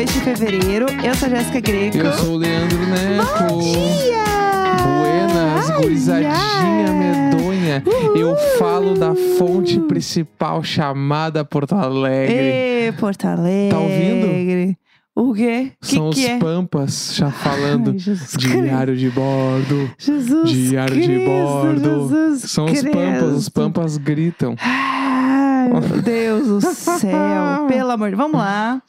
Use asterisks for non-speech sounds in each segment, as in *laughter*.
é fevereiro. Eu sou a Jéssica Greco. Eu sou o Leandro Neco. Bom dia! Buenas, Ai, gurizadinha yes. medonha. Eu Uhul. falo da fonte principal chamada Porto Alegre. Ê, Porto Alegre. Tá ouvindo? O quê? Que São que os é? Pampas já falando. Ai, Jesus Cristo. Diário de bordo. Jesus Diário Cristo, de bordo. Jesus São os Pampas, os Cristo. Pampas gritam. Ai, *laughs* meu Deus do céu. Pelo amor de Vamos lá.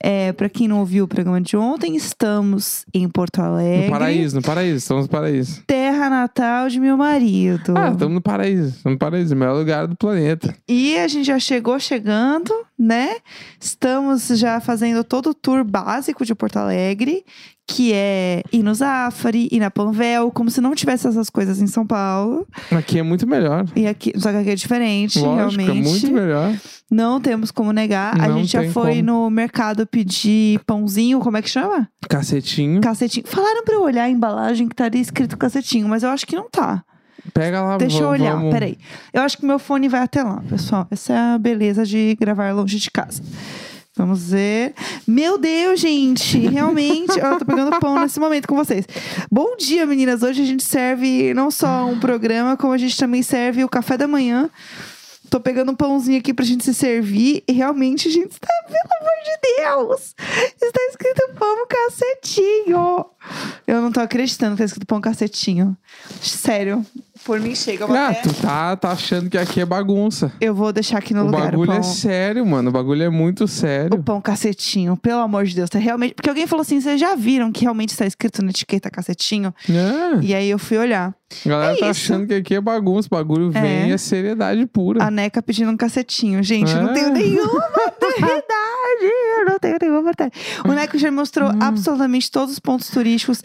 É, pra quem não ouviu o programa de ontem, estamos em Porto Alegre. No paraíso, no paraíso, estamos no paraíso. Terra natal de meu marido. Ah, estamos no paraíso, estamos no paraíso, o melhor lugar do planeta. E a gente já chegou chegando, né? Estamos já fazendo todo o tour básico de Porto Alegre, que é ir no Zafari, ir na Panvel, como se não tivesse essas coisas em São Paulo. Aqui é muito melhor. E aqui, só que aqui é diferente, Lógico, é realmente. muito melhor. Não temos como negar. a Não gente já tem foi como. no mercado pedir pãozinho, como é que chama? Cacetinho. Cacetinho. Falaram pra eu olhar a embalagem que estaria escrito cacetinho, mas eu acho que não tá. Pega lá, Deixa eu vamos- olhar, vamos- peraí. Eu acho que meu fone vai até lá, pessoal. Essa é a beleza de gravar longe de casa. Vamos ver. Meu Deus, gente! Realmente, ó, eu tô pegando pão nesse momento com vocês. Bom dia, meninas. Hoje a gente serve não só um programa, como a gente também serve o café da manhã. Tô pegando um pãozinho aqui pra gente se servir. E realmente, gente, está, pelo amor de Deus! Está escrito pão cacetinho! Eu não tô acreditando que tá escrito pão cacetinho. Sério, por mim chega. Eu vou, Ah, até- tu tá, tá achando que aqui é bagunça. eu vou deixar aqui no o um lugar o bagulho pão. é sério, mano. O bagulho é muito O sério. pão cacetinho, pelo amor de Deus, tá realmente. Porque alguém falou assim: vocês já viram que realmente está escrito na etiqueta cacetinho? É. E aí eu fui olhar. A galera Oh, é tá isso. achando que aqui é bagunça. O bagulho É. vem e é seriedade pura. A Neca pedindo um cacetinho. Gente, eu não É. tenho nenhuma *laughs* verdade. Eu não tenho nenhuma verdade. O Neco já me mostrou Hum. absolutamente todos os pontos turísticos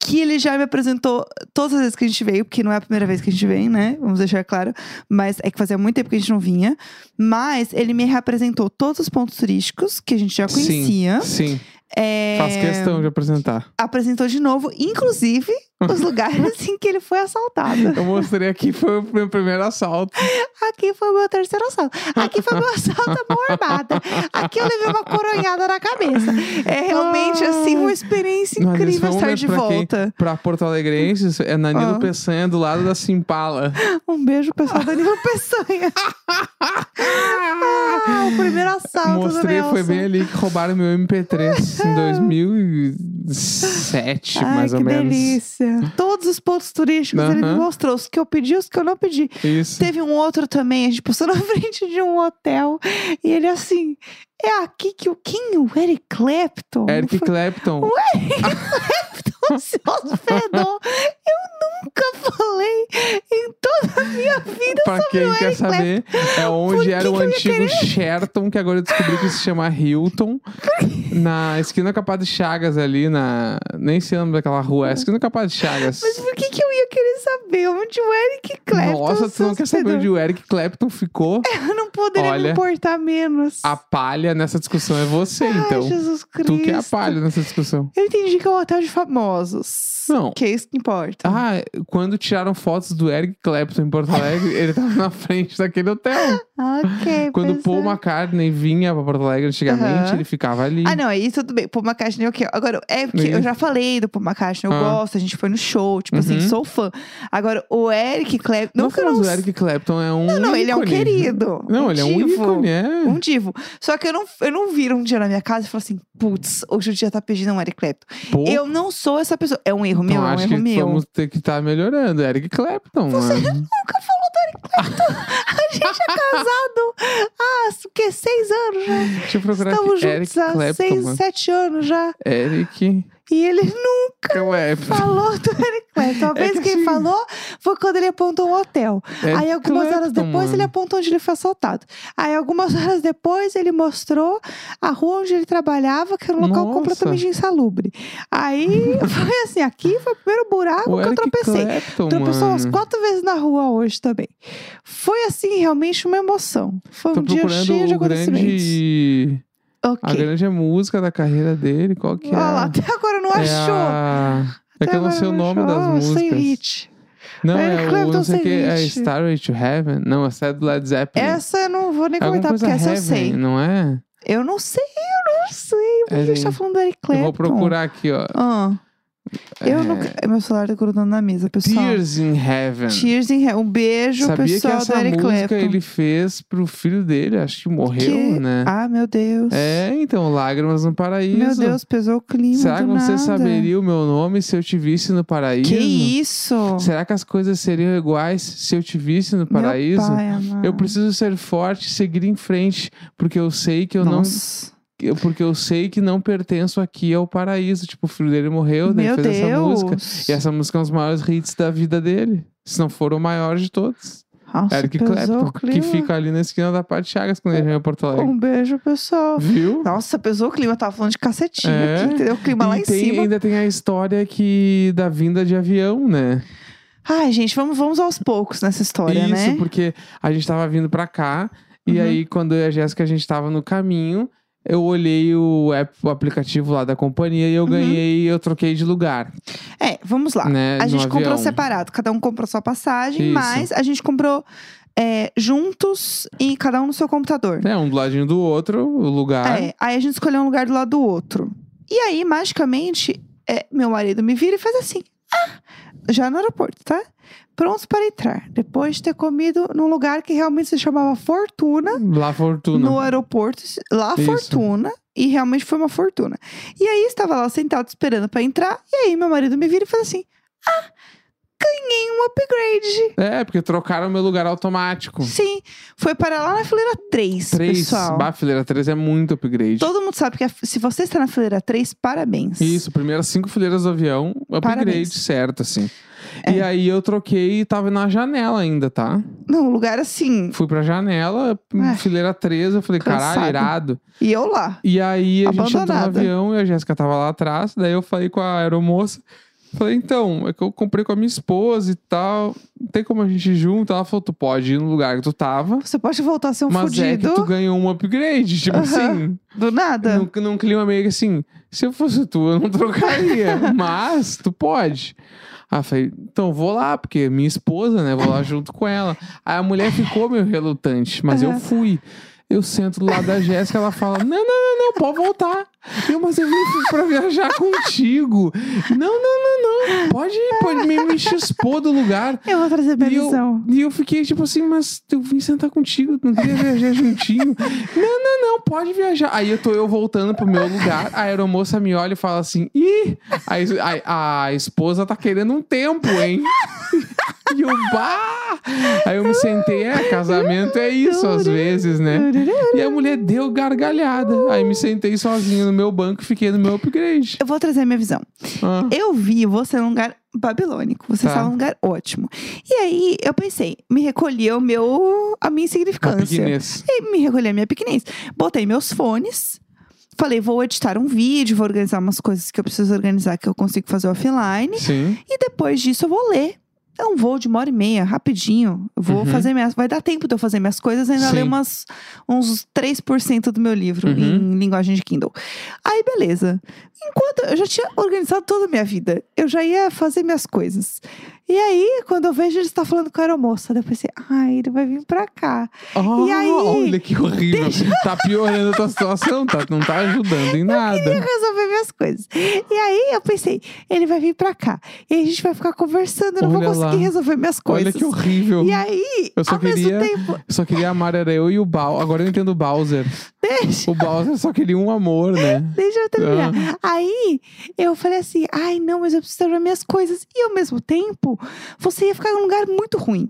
que ele já me apresentou todas as vezes que a gente veio, porque não é a primeira vez que a gente vem, né? Vamos deixar claro. Mas é que fazia muito tempo que a gente não vinha. Mas ele me reapresentou todos os pontos turísticos que a gente já conhecia. Sim, sim. É, Faz questão de apresentar. Apresentou de novo, inclusive, *laughs* os lugares em que ele foi assaltado. Eu mostrei aqui, foi o meu primeiro assalto. Aqui foi o meu terceiro assalto. Aqui foi meu assalto à mão armada. Aqui eu levei uma coronhada na cabeça. É realmente, assim, uma experiência Mas isso incrível foi um estar momento de pra quem- volta. Pra Porto Alegrenses, é Nanilo Ah. Peçanha do lado da Simpala. Um beijo, pessoal Danilo *laughs* Peçanha. *laughs* Ah, o primeiro assalto Mostrei, do Nelson. foi bem ali que roubaram meu *laughs* MP3 em 2007, Ai, mais que ou menos. delícia. Todos os pontos turísticos ele me Aham. mostrou. Os que eu pedi, os que eu não pedi. Isso. Teve um outro também, a gente passou *laughs* na frente de um hotel. E ele assim, é aqui que o... Quem? O Eric Clapton? Eric Foi- Clapton. *laughs* se hospedou. Eu nunca falei em toda a minha vida. Pra quem quer Eric saber, é Por onde que era o que eu ia antigo querer? Sheraton, que agora eu descobri que se chama Hilton. na esquina Capaz de Chagas ali, na. Nem sei o nome daquela rua, é a esquina Capaz de Chagas. Mas por que, que eu ia querer saber onde o Eric Clapton Nossa, se tu não quer saber hospedou? onde o Eric Clapton ficou? Eu não poderia me Olha, importar menos. A palha nessa discussão é você, Ai, então. Jesus Cristo. Tu que é a palha nessa discussão. Eu entendi que é um hotel de famosos. Não. Que é isso que importa. Ah, quando tiraram fotos do Eric Clapton em Porto Alegre, ele tava na frente daquele hotel. ok. Ah, Quando pois o Paul é. McCartney vinha pra Porto Alegre antigamente, Aham. ele ficava ali. Ah, não, aí tudo bem. Paul McCartney é o quê? Agora, é porque eu Isso. já falei do Paul McCartney, eu Ah. gosto, a gente foi no show, tipo assim, Uhum. sou fã. Agora, o Eric Clapton. Não, não que eu mas não o Eric Clapton é um. Não, não, ele é um ícone. querido. Não, ele é um divo, ícone, é. Um divo. Só que eu não, eu não viro um dia na minha casa e falo assim, putz, hoje o dia tá pedindo um Eric Clapton. Pô, Eu não sou essa pessoa. É um erro meu, então é um acho erro que meu. vamos ter que estar melhorando. Eric Clapton, mano. Nunca falou do *laughs* Eric Clapton. A gente é casado há o quê? Seis anos já. Deixa eu procurar Estamos aqui. Eric juntos há Clapton, seis, mano. sete anos já. Eric E ele *laughs* nunca Clapton. falou do Eric Clapton. É Uma vez que que ele assim- falou foi quando ele apontou um hotel. Eric Aí algumas horas Clapton, É depois ele então, mano. apontou onde ele foi assaltado. Aí algumas *laughs* horas depois ele mostrou a rua onde ele trabalhava, que era um local Nossa. completamente insalubre. *laughs* Aí foi assim, aqui foi o primeiro buraco O que Eric eu Ah, tropecei. Clapton, Tropeçou umas mano. quatro vezes na rua hoje também. Foi assim, realmente uma emoção. Foi Tô um dia procurando cheio de o acontecimentos. grande... A Ok. grande música da carreira dele. Qual que é? Olha lá, até agora não é achou. a- É Até que eu não agora sei o nome das achou. Ah, Sem músicas. hit. Não, Eric é o Clapton não sei o que, é Ceviche. Starway to Heaven. Não, essa é do Led Zeppelin. Essa eu não vou nem Alguma comentar, coisa porque essa eu Heaven, sei. Não é? Eu não sei, eu não sei. Por que É, a gente tá gente, falando do Eric Eu Clapton? vou procurar aqui, ó. Ah, eu É, nunca... Meu celular tá grudando na mesa, pessoal. Tears in Heaven. Tears in Hell. Um beijo, Sabia pessoal que essa do Eric música Clapton. ele fez pro filho dele, acho que morreu, Que- né? Ah, meu Deus. É, então, Lágrimas no Paraíso. Meu Deus, pesou o clima Será que do você nada. saberia o meu nome se eu te visse no paraíso? Que isso? Será que as coisas seriam iguais se eu te visse no paraíso? Meu pai, amado. Eu preciso ser forte e seguir em frente, porque eu sei que eu Nossa. não, eu- porque eu sei que não pertenço aqui ao paraíso. Tipo, o filho dele morreu, daí Meu fez Deus. essa música. E essa música é um dos maiores hits da vida dele, se não for o maior de todos. Nossa, Eric pesou Clapton, o clima. que fica ali na esquina da Pátio Chagas quando ele vem a Porto Alegre. Um beijo, pessoal. Viu? Nossa, pesou o clima. Eu tava falando de cacetinho É. aqui, entendeu? O clima lá e em tem- cima. ainda tem a história que da vinda de avião, né? Ai, gente, vamos, vamos aos poucos nessa história, Isso, né? porque a gente tava vindo pra cá, e Uhum. aí quando eu e a Jéssica a gente tava no caminho, eu olhei o, app, o aplicativo lá da companhia e eu Uhum. ganhei, eu troquei de lugar, É, vamos lá. né? a no gente comprou avião. separado, cada um comprou sua passagem, Isso. mas a gente comprou é, juntos e cada um no seu computador. É, um do ladinho do outro, o lugar. É, aí a gente escolheu um lugar do lado do outro. E aí, magicamente, é, meu marido me vira e faz assim. Ah! Já no aeroporto, tá? Prontos para entrar. Depois de ter comido num lugar que realmente se chamava Fortuna, Lá Fortuna. no aeroporto, lá Isso. Fortuna. E realmente foi uma fortuna. E aí, estava lá sentado esperando para entrar. E aí, meu marido me vira e faz assim: Ah, ganhei um upgrade. É, porque trocaram meu lugar automático. Sim, foi para lá na fileira 3, Tipo, Três. pessoal. Bah, fileira 3 é muito upgrade. Todo mundo sabe que a- se você está na fileira 3, parabéns. Isso, primeiras cinco fileiras do avião, upgrade Parabéns. certo, assim. É. E aí eu troquei e tava na janela ainda, tá? Não, um lugar assim. Fui pra janela, hum, Ai, fileira 13, eu falei, caralho, cansado. irado. E eu lá. E aí a gente entrou no Abandonada. avião e a Jéssica tava lá atrás, daí eu falei com a aeromoça. Falei, então, é que eu comprei com a minha esposa e tal. Tem como a gente ir junto? Ela falou, tu pode ir no lugar que tu tava. Você pode voltar a ser um mas é que fudido tu ganhou um upgrade. Tipo Aham. assim, do nada. num, num clima meio que assim, se eu fosse tu, eu não trocaria. *laughs* mas tu pode. Aí eu falei, então vou lá, porque é minha esposa, né? Vou *laughs* lá junto com ela. Aí a mulher ficou meio relutante, mas eu Aham. fui. Eu sento do lado da Jéssica, ela fala: Não, não, não, não, pode voltar. Eu, mas eu vim pra viajar contigo. Não, não, não, não. Pode ir, pode me, me expor do lugar. Eu vou trazer minha E eu, visão. e eu fiquei tipo assim, mas eu vim sentar contigo, tu não queria viajar *laughs* juntinho. não, não, não, pode viajar. Aí eu tô eu voltando pro meu lugar, a aeromoça me olha e fala assim, ih, a, es- a, a esposa tá querendo um tempo, hein? *laughs* E eu, bah! Aí eu me sentei, é, casamento é isso às vezes, né? E a mulher deu gargalhada. Aí me sentei sozinho no meu banco e fiquei no meu upgrade. Eu vou trazer minha visão. Ah, Eu vi você num lugar babilônico. Você Tá. estava num lugar ótimo. E aí, eu pensei, me recolhi o meu, a a minha insignificância. pequenez. E me recolhi a minha pequenez. Botei meus fones. Falei, vou editar um vídeo, vou organizar umas coisas que eu preciso organizar que eu consigo fazer offline. Sim. E depois disso eu vou ler. É um voo de uma hora e meia, rapidinho. Eu vou Uhum. fazer minhas. Vai dar tempo de eu fazer minhas coisas, ainda Sim. ler umas, uns 3% do meu livro Uhum. em linguagem de Kindle. Aí, beleza. Enquanto eu já tinha organizado toda a minha vida, eu já ia fazer minhas coisas. E aí, quando eu vejo ele está falando com a aeromoça, daí eu pensei, ai, ele vai vir pra cá. Oh, E aí? Olha que horrível. Tá piorando a tua situação, tá? Não tá ajudando em nada. Resolver minhas coisas. E aí eu pensei, ele vai vir pra cá. E a gente vai ficar conversando, eu não Olha vou conseguir lá. resolver minhas coisas. Olha que horrível. E aí, Eu só ao queria- mesmo tempo, Eu Só queria amar era eu e o Bowser. Agora eu entendo o Bowser. Deixa, O Bowser só queria um amor, né? deixa eu terminar. Aí eu falei assim: ai, não, mas eu preciso arrumar minhas coisas. E ao mesmo tempo, você ia ficar em um lugar muito ruim.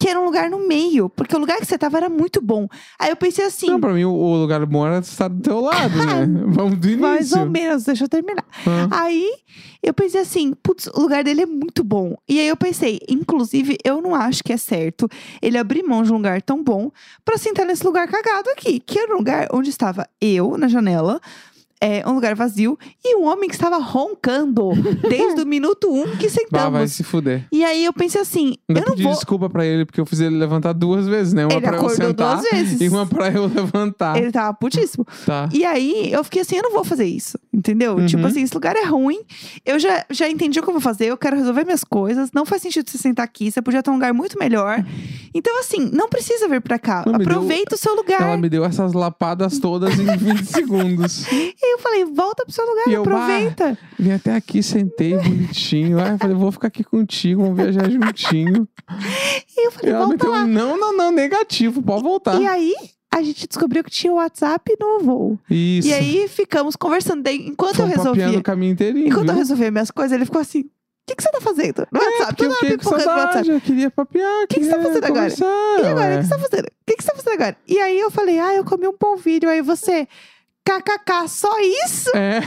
Que era um lugar no meio, porque o lugar que você tava era muito bom. Aí eu pensei assim, Não, pra mim o- o lugar bom era estar do teu lado, *laughs* né? Vamos do mais ou início. menos, deixa eu terminar. Ah, Aí eu pensei assim, putz, o lugar dele é muito bom. E aí eu pensei, inclusive, eu não acho que é certo ele abrir mão de um lugar tão bom pra sentar nesse lugar cagado aqui, que era um lugar onde estava eu na janela. É, um lugar vazio e um homem que *laughs* estava roncando desde o minuto um que bah, vai sentamos. se fuder. e aí eu pensei assim, Ainda eu não pedi vou. desculpa pra ele, porque eu fiz ele levantar duas vezes, né? Uma Ele pra eu acordou sentar duas vezes. e uma pra eu levantar. Ele tava putíssimo. Tá. E aí eu fiquei assim, eu não vou fazer isso. Entendeu? Uhum. Tipo assim, esse lugar é ruim. Eu já, já entendi o que eu vou fazer, eu quero resolver minhas coisas. Não faz sentido você sentar aqui, você podia estar em um lugar muito melhor. Então, assim, não precisa vir pra cá. Não, me deu- Aproveita o seu lugar. Ela me deu essas lapadas todas em 20 segundos. E eu falei, volta pro seu lugar, E eu, aproveita. Vim até aqui, sentei bonitinho. Aí eu falei, vou ficar aqui contigo, vamos viajar juntinho. E eu E falei, ela volta meteu lá. um não, não, não, negativo, pode voltar. E aí, a gente descobriu que tinha o WhatsApp no voo. Isso. E aí, ficamos conversando. Daí, enquanto Foi eu um papeando resolvia... o caminho inteirinho. Enquanto viu? eu É, resolvia minhas coisas, ele ficou assim... O que, que você tá fazendo? No WhatsApp, Porque eu toda hora fiquei com pipocando no WhatsApp. saudade, eu queria papear, que que você tá fazendo agora? E agora, é. o que você tá fazendo? O que, que você tá fazendo agora? E aí eu falei, ah, eu comi um polvilho. Aí você, kkk, só isso? É,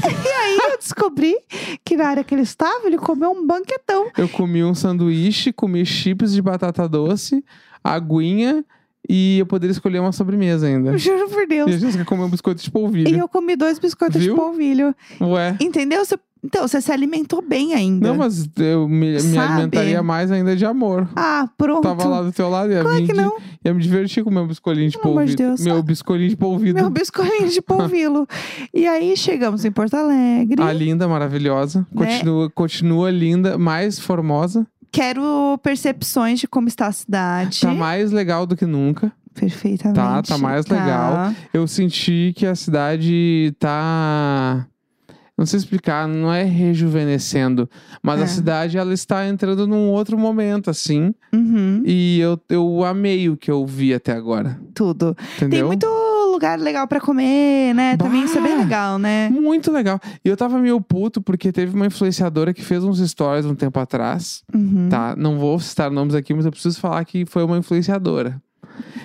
Aí eu descobri que na área que ele estava, ele comeu um banquetão. eu comi um sanduíche, comi chips de batata doce, aguinha e eu poderia escolher uma sobremesa ainda. Juro por E a Deus. Jéssica comeu um biscoito de E polvilho. eu comi dois biscoitos Viu? de polvilho. Ué. Entendeu? Você- Então, você se alimentou bem ainda. Não, mas eu me, me Sabe? alimentaria mais ainda de amor. Ah, pronto. Tava lá do teu lado e ia, Claro vir é que de- não. ia me divertir com o meu biscolinho de Pelo amor de polvilho. Deus. Meu biscolinho de polvilho. Meu biscoitinho *laughs* de polvilho. e aí chegamos em Porto Alegre. A tá linda, maravilhosa. Né? Continua, continua linda, mais formosa. Quero percepções de como está a cidade. Tá mais legal do que nunca. Perfeitamente. Tá, tá mais legal. Eu senti que a cidade tá. Não sei explicar, não é rejuvenescendo, mas É. a cidade ela está entrando num outro momento, assim. Uhum, E eu, eu amei o que eu vi até agora. tudo. Entendeu? Tem muito lugar legal pra comer, né? Bah! Também isso é bem legal, né? Muito legal. E eu tava meio puto porque teve uma influenciadora que fez uns stories um tempo atrás, Uhum. tá? Não vou citar nomes aqui, mas eu preciso falar que foi uma influenciadora.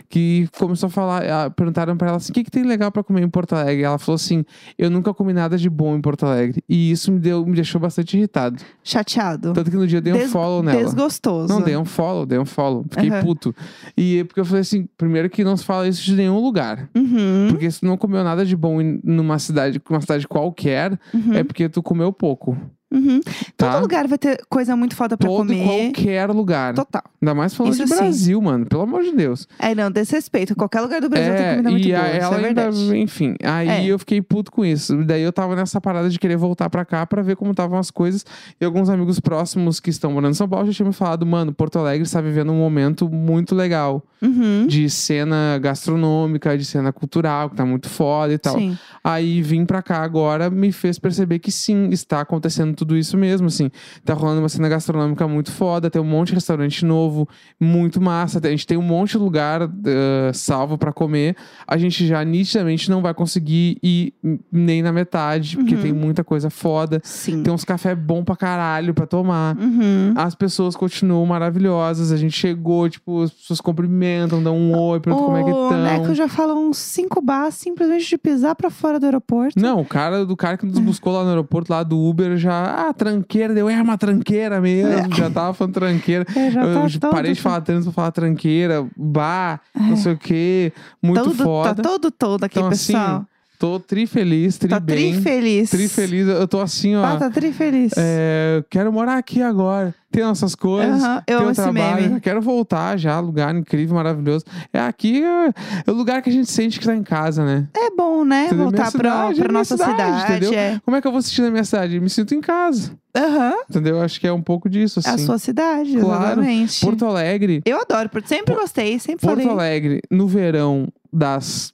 Que começou a falar, ah, perguntaram pra ela assim: o que, que tem legal pra comer em Porto Alegre? Ela falou assim: eu nunca comi nada de bom em Porto Alegre. E isso me, deu, me deixou bastante irritado. Chateado. Tanto que no dia eu dei um Des- follow nela. Desgostoso. Não, dei um follow, dei um follow. Fiquei Aham. puto. E é porque eu falei assim: primeiro que não se fala isso de nenhum lugar. Uhum, Porque se tu não comeu nada de bom em- numa cidade, uma cidade qualquer, uhum, é porque tu comeu pouco. uhum. Tá? Todo lugar vai ter coisa muito foda pra Todo comer. qualquer lugar. Total. Ainda mais falando Isso de sim. Brasil, mano. Pelo amor de Deus. É, não, desrespeito. Qualquer lugar do Brasil tem é, comida muito e a- boa. ela isso é ainda. verdade. Enfim, aí É. eu fiquei puto com isso. Daí eu tava nessa parada de querer voltar pra cá pra ver como estavam as coisas. E alguns amigos próximos que estão morando em São Paulo já tinham me falado, mano, Porto Alegre está vivendo um momento muito legal Uhum, de cena gastronômica, de cena cultural, que tá muito foda e tal. Sim. Aí vim pra cá agora, me fez perceber que sim, está acontecendo tudo isso mesmo, assim. Tá rolando uma cena gastronômica muito foda, tem um monte de restaurante novo, muito massa. A gente tem um monte de lugar eh, salvo pra comer. A gente já nitidamente não vai conseguir ir hum, nem na metade, porque Uhum. tem muita coisa foda. Sim. Tem Ah, uns café bom pra caralho pra tomar. Uhum. As pessoas continuam maravilhosas. A gente chegou, tipo, as pessoas cumprimentam, dão um oi, perguntam como é que O estão. Neco já falou uns cinco bars simplesmente de pisar pra fora do aeroporto. Não, o cara do cara que nos buscou lá no aeroporto, lá do Uber, já. Ah, tranqueira, deu, é uma tranqueira mesmo. Já tava falando tranqueira. É, já tá eu todo- parei de falar trans pra falar tranqueira, bah, não sei o quê. Muito todo, foda. Tá todo todo aqui, então, pessoal. assim, tô tri feliz, tri tá bem. tri feliz. tri feliz. Eu tô assim, ó. Ah, tá tri feliz. é, quero morar aqui agora. Tem nossas coisas. Aham, eu tem amo o esse trabalho. meme. já Quero voltar já. Lugar incrível, maravilhoso. É aqui, é, é o lugar que a gente sente que tá em casa, né? É bom, né? Entendeu? Voltar Minha pra, cidade, pra minha nossa cidade, cidade. entendeu? é. Como é que eu vou sentir na minha cidade? Me sinto em casa. Aham, Entendeu? Acho que é um pouco disso, é a assim. sua cidade, Claro. exatamente. Porto Alegre. Eu adoro, Porto- sempre gostei, sempre Porto falei. Alegre, no verão, das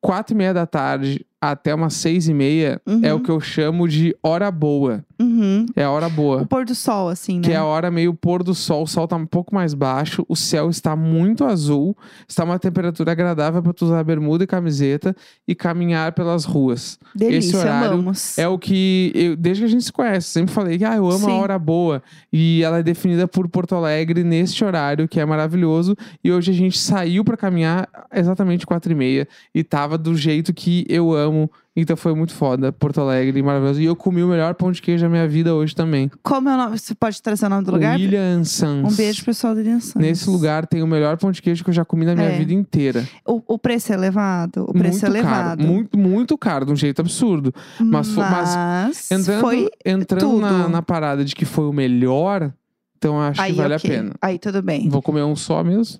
quatro e meia da tarde até umas seis e meia, Uhum. é o que eu chamo de hora boa. Uhum. É a hora O boa. pôr do sol, assim, né? Que é a hora meio pôr do sol, o sol tá um pouco mais baixo, o céu está muito azul, está uma temperatura agradável para tu usar bermuda e camiseta e caminhar pelas ruas. Delícia, esse horário amamos. É o que, eu- desde que a gente se conhece, sempre falei que ah, eu amo Sim. a hora boa. E ela é definida por Porto Alegre neste horário, que é maravilhoso. E hoje a gente saiu pra caminhar exatamente quatro e meia. E tava do jeito que eu amo. Então foi muito foda, Porto Alegre, maravilhoso. E eu comi o melhor pão de queijo da minha vida hoje também. Como é o nome? Você pode trazer o nome do lugar? William Sans. Um beijo, pessoal do Ilhançãs. Nesse lugar tem o melhor pão de queijo que eu já comi na minha É. vida inteira. O, o preço é elevado? O preço muito é elevado. caro, muito, muito caro, de um jeito absurdo. mas fo- mas Mas Entrando, foi... entrando tudo. na, na parada de que foi o melhor, então acho Aí, que vale ok. a pena. Aí, tudo bem. Vou comer um só mesmo.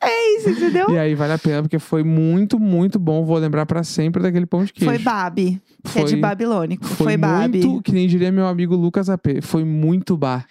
É delícia, entendeu? E aí vale a pena, porque foi muito, muito bom. Vou lembrar pra sempre daquele pão de queijo. Foi Babi, que é de Foi- babilônico. Foi, Babi. muito, Muito, que nem diria meu amigo Lucas AP, foi muito bar.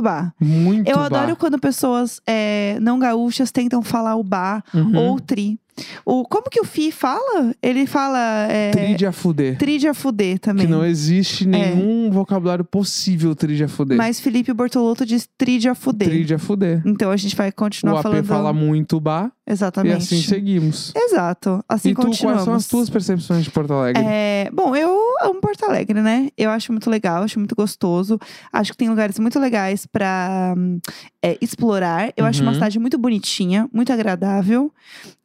bar. Muito Eu bar. adoro quando pessoas é, não gaúchas tentam falar o bar Uhum. ou tri. O, como que o Fi fala? Ele fala. É, Tríde a fuder. tri de a fuder também. É. Que não é existe nenhum vocabulário possível tríde a fuder. Mas Felipe Bortolotto diz tri de a fuder. Tríde a fuder. Então a gente vai O continuar AP falando. fala muito bar e Exatamente. assim seguimos. Exato. Assim e tu, continuamos. quais são as tuas percepções de Porto Alegre? É, bom, eu amo Porto Alegre, né? Eu acho muito legal, acho muito gostoso. Acho que tem lugares muito legais pra hum, é, explorar. Eu acho uma Uhum. cidade muito bonitinha, muito agradável.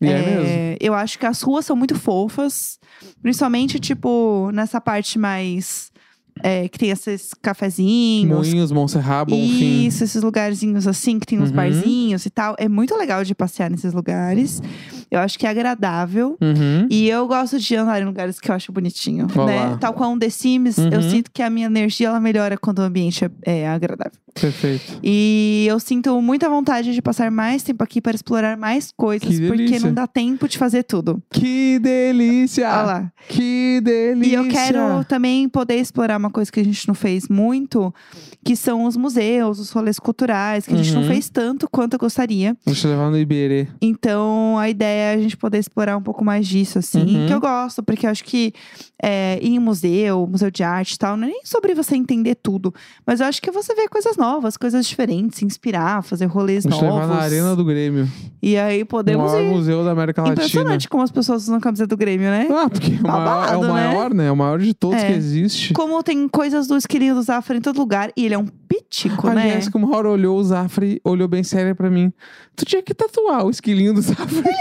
e é mesmo. Eu acho que as ruas são muito fofas, principalmente, tipo, nessa parte mais. é, que tem esses cafezinhos, Moinhos, Montserrat, Bonfim. isso, esses lugarzinhos assim, que tem uns Uhum. barzinhos e tal. É muito legal de passear nesses lugares. Eu acho que é agradável. Uhum. E eu gosto de andar em lugares que eu acho bonitinho, Olá. né? Tal qual um The Sims, eu Uhum. sinto que a minha energia, ela melhora quando o ambiente é, é agradável. Perfeito. E eu sinto muita vontade de passar mais tempo aqui para explorar mais coisas. Que Porque delícia. não dá tempo de fazer tudo. Que delícia! Olha lá. Que delícia! E eu quero também poder explorar uma coisa que a gente não fez muito. Que são os museus, os rolês culturais. Que a gente não Uhum. fez tanto quanto eu gostaria. Vou te levar no Iberê. Então, a ideia é a gente poder explorar um pouco mais disso, assim. Uhum. Que eu gosto, porque eu acho que é, ir em museu, museu de arte e tal, não é nem sobre você entender tudo. Mas eu acho que é você ver coisas novas, coisas diferentes, se inspirar, fazer rolês Vou te levar novos. na Arena do Grêmio. E aí O podemos maior ir. museu da América Latina. Impressionante como as pessoas usam a camisa do Grêmio, né? Ah, porque o maior- é Babado, o né? maior, né? É o maior de todos É. que existe. Como tem coisas do esquilinho do Zafra em todo lugar. E ele é um pitico, A né? Jéssica uma hora olhou o Zafre, olhou bem séria pra mim. Tu tinha que tatuar o esquilinho do Zafre. Muito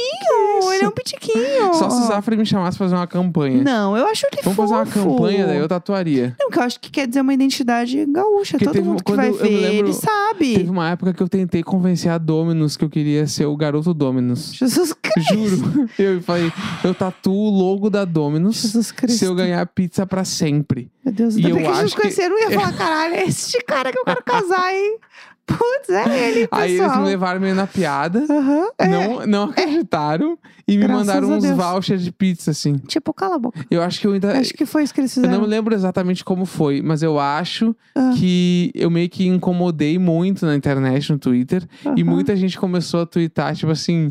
bonitinho! Ele é um pitiquinho! Só se o Zafre me chamasse pra fazer uma campanha. Não, eu acho ele Vamos fofo. fazer uma campanha, daí eu tatuaria. Não, que eu acho que quer dizer uma identidade gaúcha. Porque Todo teve- um- mundo que quando vai eu me ver, lembro- ele sabe. Teve um- uma época que eu tentei convencer a Dominus que eu queria ser o garoto Dominus. Jesus Cristo. Juro. *laughs* Eu falei, eu tatuo o logo da Dominus Jesus Cristo. se eu ganhar pizza pra sempre. Meu Deus, ainda E bem eu que a gente acho que- conheceram e ia *laughs* falar, caralho, é este cara que eu quero casar, hein? Putz, é ele, pessoal. Aí eles me levaram meio na piada, Aham, é. não, não acreditaram e me Graças mandaram a uns Deus. vouchers de pizza, assim. Tipo, cala a boca. Eu acho que eu ainda. Acho que foi isso que eles Eu não fizeram. me lembro exatamente como foi, mas eu acho Ah. que eu meio que incomodei muito na internet, no Twitter. E Aham. muita gente começou a twittar, tipo assim.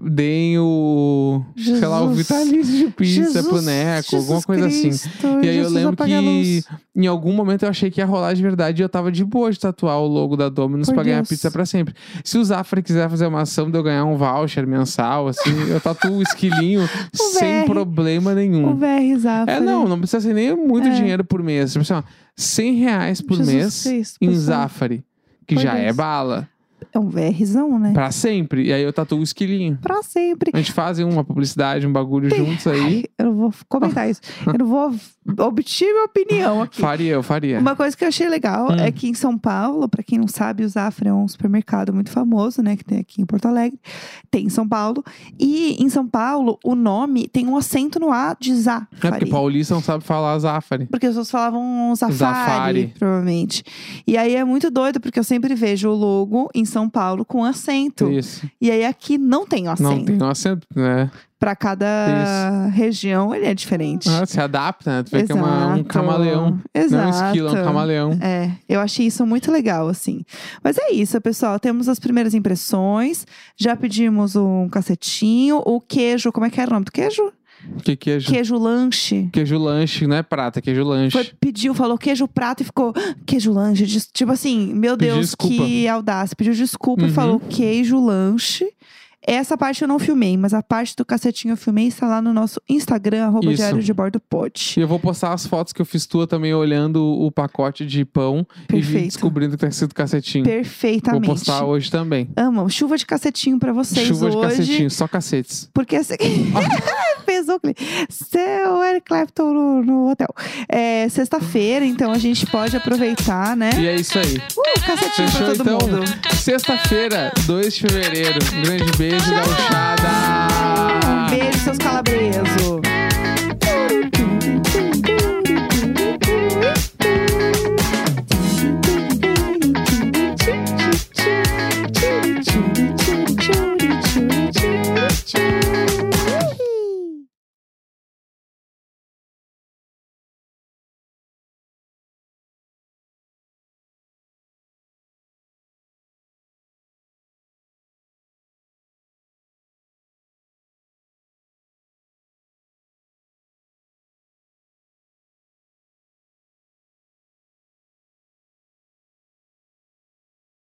Deem o. Sei lá, o Jesus. vitalício de pizza Jesus, pro Neco, alguma coisa assim. assim. E aí eu lembro que em algum momento eu achei que ia rolar de verdade e eu tava de boa de tatuar o logo da Domino's Por pra ganhar Deus. pizza pra sempre. Se o Zafra quiser fazer uma ação de eu ganhar um voucher mensal, assim, eu tatuo o *laughs* esquilinho sem VR. problema nenhum. O VR Zafra. Hum. É, não, não precisa ser nem muito É. dinheiro por mês. Tipo assim, ó, 100 reais por Jesus mês Cristo, em pessoal. Zafari, que Por já é Deus. bala. É um VRzão, né? Pra sempre. E aí eu tatuo o esquilinho. Pra sempre. A gente faz uma publicidade, um bagulho juntos aí. Ai, eu não vou *laughs* comentar isso. Eu não vou obter minha opinião aqui. Faria, eu faria. É Uma coisa que eu achei legal Hum. é que em São Paulo, pra quem não sabe, o Zafra é um supermercado muito famoso, né? Que tem aqui em Porto Alegre. Tem em São Paulo. E em São Paulo, o nome tem um acento no A de Zafari. É porque paulista não sabe falar Zafari. Porque as pessoas falavam Zafari, Zafari. provavelmente. E aí é muito doido, porque eu sempre vejo o logo em São Paulo com acento. Isso. E aí aqui não tem o Não acento. tem um acento, né? Pra cada região ele é diferente. Ah, se adapta, né? Tu vê que é uma- um Exato. camaleão. Não é um Exato. esquilo, é um camaleão. É, eu achei isso muito legal, assim. Mas é isso, pessoal. Temos as primeiras impressões. Já pedimos um cacetinho. O queijo, como é que era o nome do queijo? Que queijo. Queijo lanche. Queijo lanche, não é prata, queijo lanche. Foi, pediu, falou queijo prato e ficou "Ah, queijo lanche. Dis- Tipo assim, meu Pediu Deus, desculpa. que audácia. Pediu desculpa e Uhum. falou queijo lanche. Essa parte eu não filmei, mas a parte do cacetinho eu filmei está lá no nosso Instagram, arroba Isso. diário de bordo pod. E eu vou postar as fotos que eu fiz tua também olhando o pacote de pão e vi- Perfeito. descobrindo que tem sido cacetinho. Vou Perfeitamente. postar hoje também. Amam, chuva de cacetinho pra vocês Chuva de hoje. cacetinho, só cacetes. Porque esse *laughs* fez o clipe. Seu Eric Clapton no, no hotel. É sexta-feira, então a gente pode aproveitar, né? E é isso aí. Uh, cacetinho pra Fechou todo então? mundo. Sexta-feira, 2 de fevereiro. Um grande beijo, gauchada! Beijo, seus calabresos.